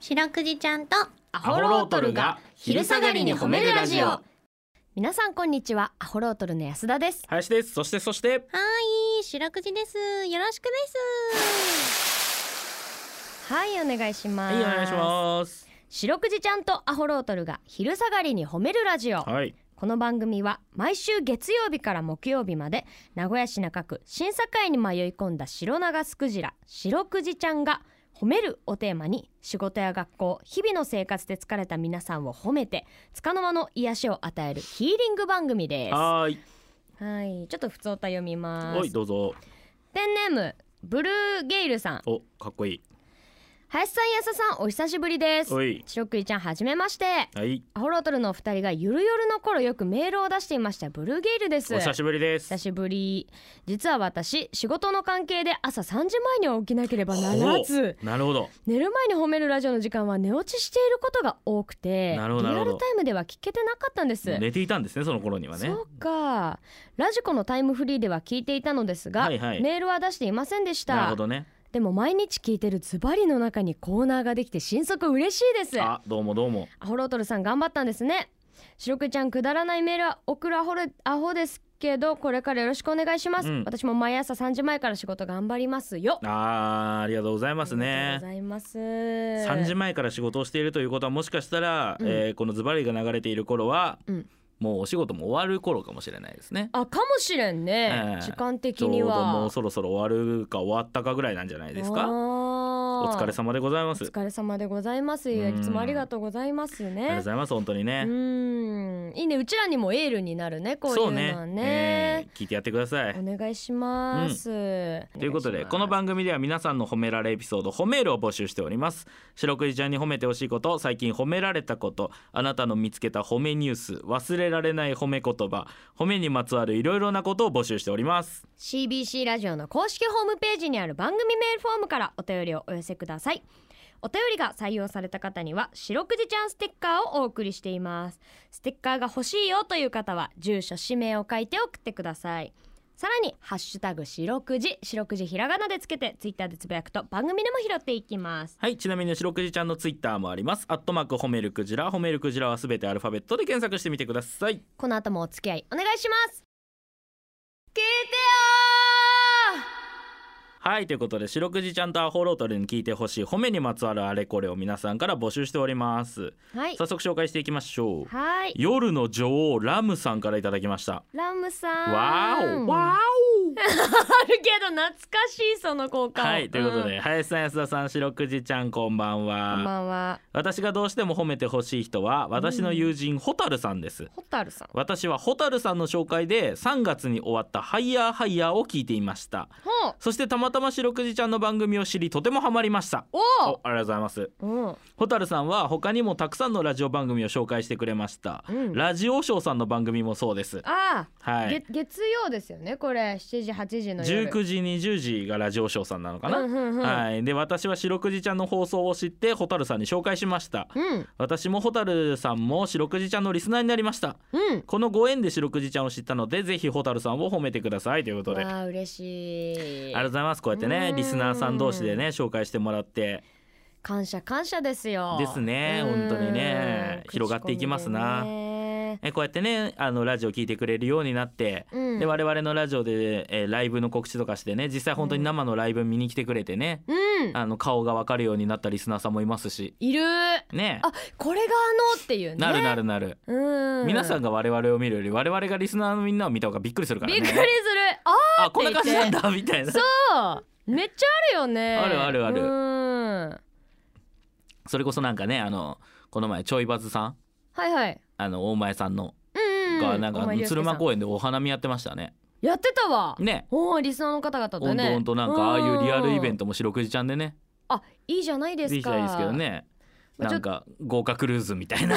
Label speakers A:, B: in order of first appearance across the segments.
A: 白くじちゃんとア
B: ホロートルが昼下がりに褒めるラジオ
C: 皆さんこんにちはアホロートルの安田です
B: 林ですそしてそして
A: はい白くじですよろしくです
C: はいお願いしま
B: は
C: す
B: いお願いします
C: 白くじちゃんとアホロートルが昼下がりに褒めるラジオ
B: はい
C: この番組は毎週月曜日から木曜日まで名古屋市中区審査会に迷い込んだ白長スクジラ白くじちゃんが褒めるをテーマに仕事や学校日々の生活で疲れた皆さんを褒めて束の間の癒しを与えるヒーリング番組ですは
B: はーい
C: いちょっと普通歌読みます
B: おいどうぞ
C: ペンネームブルーゲイルさん
B: おかっこいい
C: 林さん安田さんお久しぶりです
B: おい
C: 白くじちゃんはじめまして
B: はい
C: アホロートルのお二人がゆるゆるの頃よくメールを出していましたブルーゲイルです
B: お久しぶりです
C: 久しぶり実は私仕事の関係で朝3時前には起きなければならず
B: ほうなるほど
C: 寝る前に褒めるラジオの時間は寝落ちしていることが多くてリ
B: な
C: ア
B: るほどなるほど
C: ルタイムでは聞けてなかったんです、
B: 寝ていたんですねその頃にはね
C: そうかラジコのタイムフリーでは聞いていたのですが、
B: はいはい
C: メールは出していませんでし
B: なる
C: た
B: ほどね
C: でも毎日聞いてるズバリの中にコーナーができて新速嬉しいです
B: あどうもどうも
C: アホロートルさん頑張ったんですね白くちゃんくだらないメールは送るアホれアホですけどこれからよろしくお願いします、
B: うん
C: 私も毎朝3時前から仕事頑張りますよ
B: あーありがとうございます
C: ありが
B: ね
C: とうございます
B: 3時前から仕事をしているということはもしかしたら、
C: うん
B: えーこのズバリが流れている頃は、
C: うん
B: もうお仕事も終わる頃かもしれないですね
C: あかもしれんね、
B: ええ
C: 時間
B: ち
C: 的
B: ょう
C: に
B: ど
C: は
B: もうそろそろ終わるか終わったかぐらいなんじゃないですか
C: お
B: お疲れ様でございま
C: お
B: す
C: 疲れ様でございます
B: う
C: い
B: ん
C: つもありがとうございます
B: ありがとう
C: ね
B: ございます本当に
C: う
B: ね、
C: んいいねうちらにもエールになるねこういうの
B: そう
C: はね
B: ねえー聞いてやってください
C: お願いします、
B: ということ
C: お願
B: で
C: します
B: この番組では皆さんの褒められエピソード褒めールを募集しております白くじちゃんに褒めてほしいこと最近褒められたことあなたの見つけた褒めニュース忘れられない褒め言葉褒めにまつわるいろいろなことを募集しております
C: CBC ラジオの公式ホームページにある番組メールフォームからお便りをお寄せくださいお便りが採用された方には白くじちゃんステッカーをお送りしていますステッカーが欲しいよという方は住所氏名を書いて送ってくださいさらにハッシュタグ白くじ白くじひらがなでつけてツイッターでつぶやくと番組でも拾っていきます
B: はいちなみに白くじちゃんのツイッターもありますアットマーク褒めるクジラ褒めるクジラはすべてアルファベットで検索してみてください
C: この後もお付き合いお願いします聞いてよ
B: はいということで白くじちゃんとアホロートルに聞いてほしい褒めにまつわるあれこれを皆さんから募集しております
C: ーはい
B: 早速紹介していきましょう
C: はい
B: 夜の女王ラムさんからいただきました
C: ラムさん
B: わーおわー
C: あるけど懐かしいその効
B: お
C: 果
B: はいということで、
C: ん
B: 林さん安田さん白くじちゃんこんばんは
C: こんばんは
B: 私がどうしても褒めてほしい人は私の友人ホタルさんです、
C: ホタルさん
B: 私はホタルさんの紹介で3月に終わった「ハイヤーハイヤー」を聞いていました
C: ほう
B: そしてたまたま白くじちゃんの番組を知りとてもハマりましたおありがとうございます
C: おう
B: ホタルさんは他にもたくさんのラジオ番組を紹介してくれました、
C: うん
B: ラジオショーさんの番組もそうです
C: ああ、
B: はい
C: げ月曜ですよねこれ7時8時の夜
B: 19時20時がラジオショーさんなのかな、
C: うんうんうん
B: はい、で私は白くじちゃんの放送を知って蛍さんに紹介しました
C: うん
B: 私も蛍さんも白くじちゃんのリスナーになりました
C: うん
B: このご縁で白くじちゃんを知ったのでぜひ蛍さんを褒めてくださいということであ
C: わあ嬉し
B: り
C: い
B: がとうございますこうやってね
C: うん
B: リスナーさん同士でね紹介してもらって
C: 感謝感謝ですよ
B: ですね
C: うん
B: 本当にね広がっていきますな
C: 口コミでね
B: えこうやってねあのラジオ聞いてくれるようになって、
C: うん
B: で我々のラジオで、えーライブの告知とかしてね実際本当に生のライブ見に来てくれてね、
C: うん
B: あの顔がわかるようになったリスナーさんもいますし
C: いる
B: ね
C: あこれがあのっていうね
B: なるなるなる、
C: うん
B: 皆さんが我々を見るより我々がリスナーのみんなを見た方がびっくりするから
C: びっ
B: ね
C: くりするあ
B: あこんな感じなんだみたいなそ
C: そうめっちゃあるよね
B: あるあるある
C: うん
B: れこそなんかねあのこの前ちょいバズさん
C: はいはい。
B: あの大前さんの
C: うんうん。
B: がなんか
C: お前龍介さ
B: 鶴間公園でお花見やってましたね
C: やってたわ。
B: ね
C: おお、リスナーの方々
B: ほ
C: と
B: んと
C: ね。
B: ほんとなんかああいうリアルイベン
C: ト。
B: トも白くじちゃんでね
C: あ、いいじゃないで
B: ですきた
C: か。
B: らいいですけど。ね
C: まあ
B: なんか豪華クルーズみたい な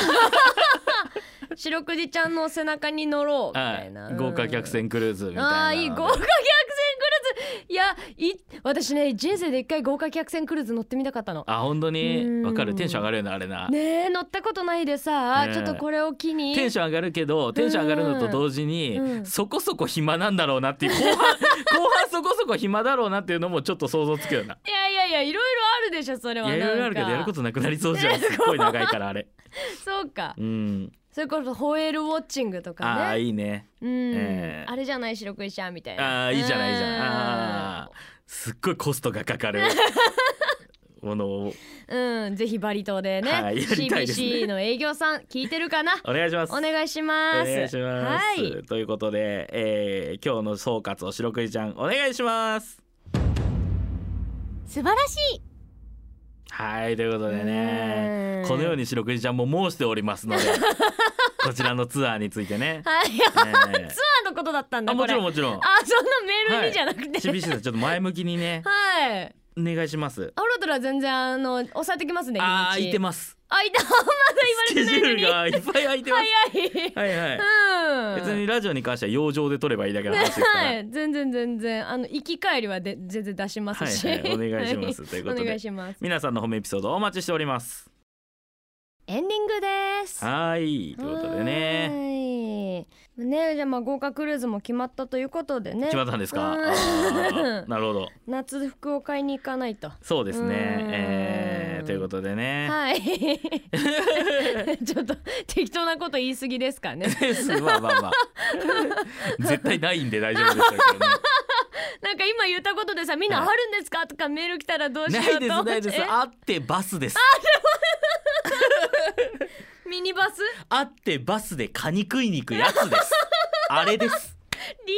C: 白くじちゃんの背中に乗ろうみたいな。
B: はい豪華客船クルーズみ
C: うん。
B: たいな
C: ああーいい豪華客船クルーズいやい私ね人生で一回豪華客船クルーズ乗ってみたかったの
B: あ本当に
C: うん
B: わかるテンション上がるよねあれな、
C: ねえ乗ったことないでさ、
B: ねえ
C: ちょっとこれを機に
B: テンション上がるけどテンション上がるのと同時に、
C: うん
B: そこそこ暇なんだろうなっていう 後半後半そこそこ暇だろうなっていうのもちょっと想像つくよない
C: やいやいやいろいろあるでしょそれ
B: い
C: は
B: やいろいろあるけどやることとなくなりそうじゃんすっごい長いから あれ
C: そうか
B: うん
C: それこそホエールウォッチングと
B: あ
C: か
B: あ
C: ね
B: いいね
C: うん、
B: ええ
C: あれじゃない白クイちゃんみたいな
B: ああいいじゃないいいじゃんああすっごいコストがか かるものを
C: うん、うん、ぜひバリ島でね、
B: はいやりたいですね
C: CBC の営業さん聞いてるかな
B: お願いします
C: お願いしま
B: お
C: す
B: 願いします、
C: はい
B: ということで、えー、今日の総括を白くじちゃんお願いします
A: 素晴らしい
B: はいということでね
C: うん
B: このように白くじちゃんも申しておりますの でこちらのツアーについてね、
C: はい
B: えー
C: ツアーのことだったんだ
B: あ
C: こ
B: も
C: れ
B: ちろんもちろん
C: あそんなメールにじゃなくて、
B: 厳しさちょっと前向きにね
C: はい。
B: お願いします
C: アロトラ全然あの抑えてきますね。
B: あー
C: 日
B: 空
C: に
B: い
C: ち
B: てます
C: あいたまだ
B: ス
C: 言わ
B: ケジ
C: れ
B: ュ
C: てな
B: ー
C: いのに
B: ルがいっぱい空いてます
C: 早い。
B: はいはい、
C: うん。
B: 別にラジオに関しては養生で取ればいいだけの話ですから、
C: はい、 全然全然あの行き帰りはで全然出しますし、
B: はいはいお願いし ますということで
C: お願いします
B: 皆さんの褒めエピソードお待ちしております
C: エンディングです
B: はいということでね
C: ねねじゃあまあ豪華クルーズも決まったということでね
B: 決まったんですか
C: うん
B: あーなるほど
C: 夏服を買いに行かないと
B: そうです
C: うーん
B: ねえーということでね、
C: はい ちょっと適当なこと言い過ぎです かね
B: まあまあまあ絶対ないんで大丈夫でしょうけど ね
C: なんか今言ったことでさみんなあ
B: はい
C: るんですかとかメール来たらどうしよ
B: ないうで
C: と
B: す
C: 思
B: な
C: っ
B: いです
C: て
B: あってバスです
C: えミニバス
B: あってバスでカニ食いに行くやつです あれです
C: リ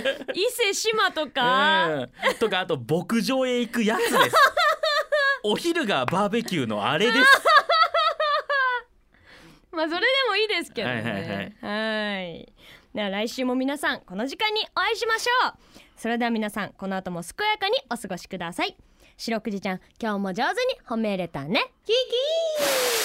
C: アル伊勢志摩とか
B: うんとかあと牧場へ行くやつですお昼がバーベキューのあれです
C: まあそれでもいいですけどねはいでは来週も皆さんこの時間にお会いしましょうそれでは皆さんこの後も健やかにお過ごしください白くじちゃん今日も上手に褒めれたねキキー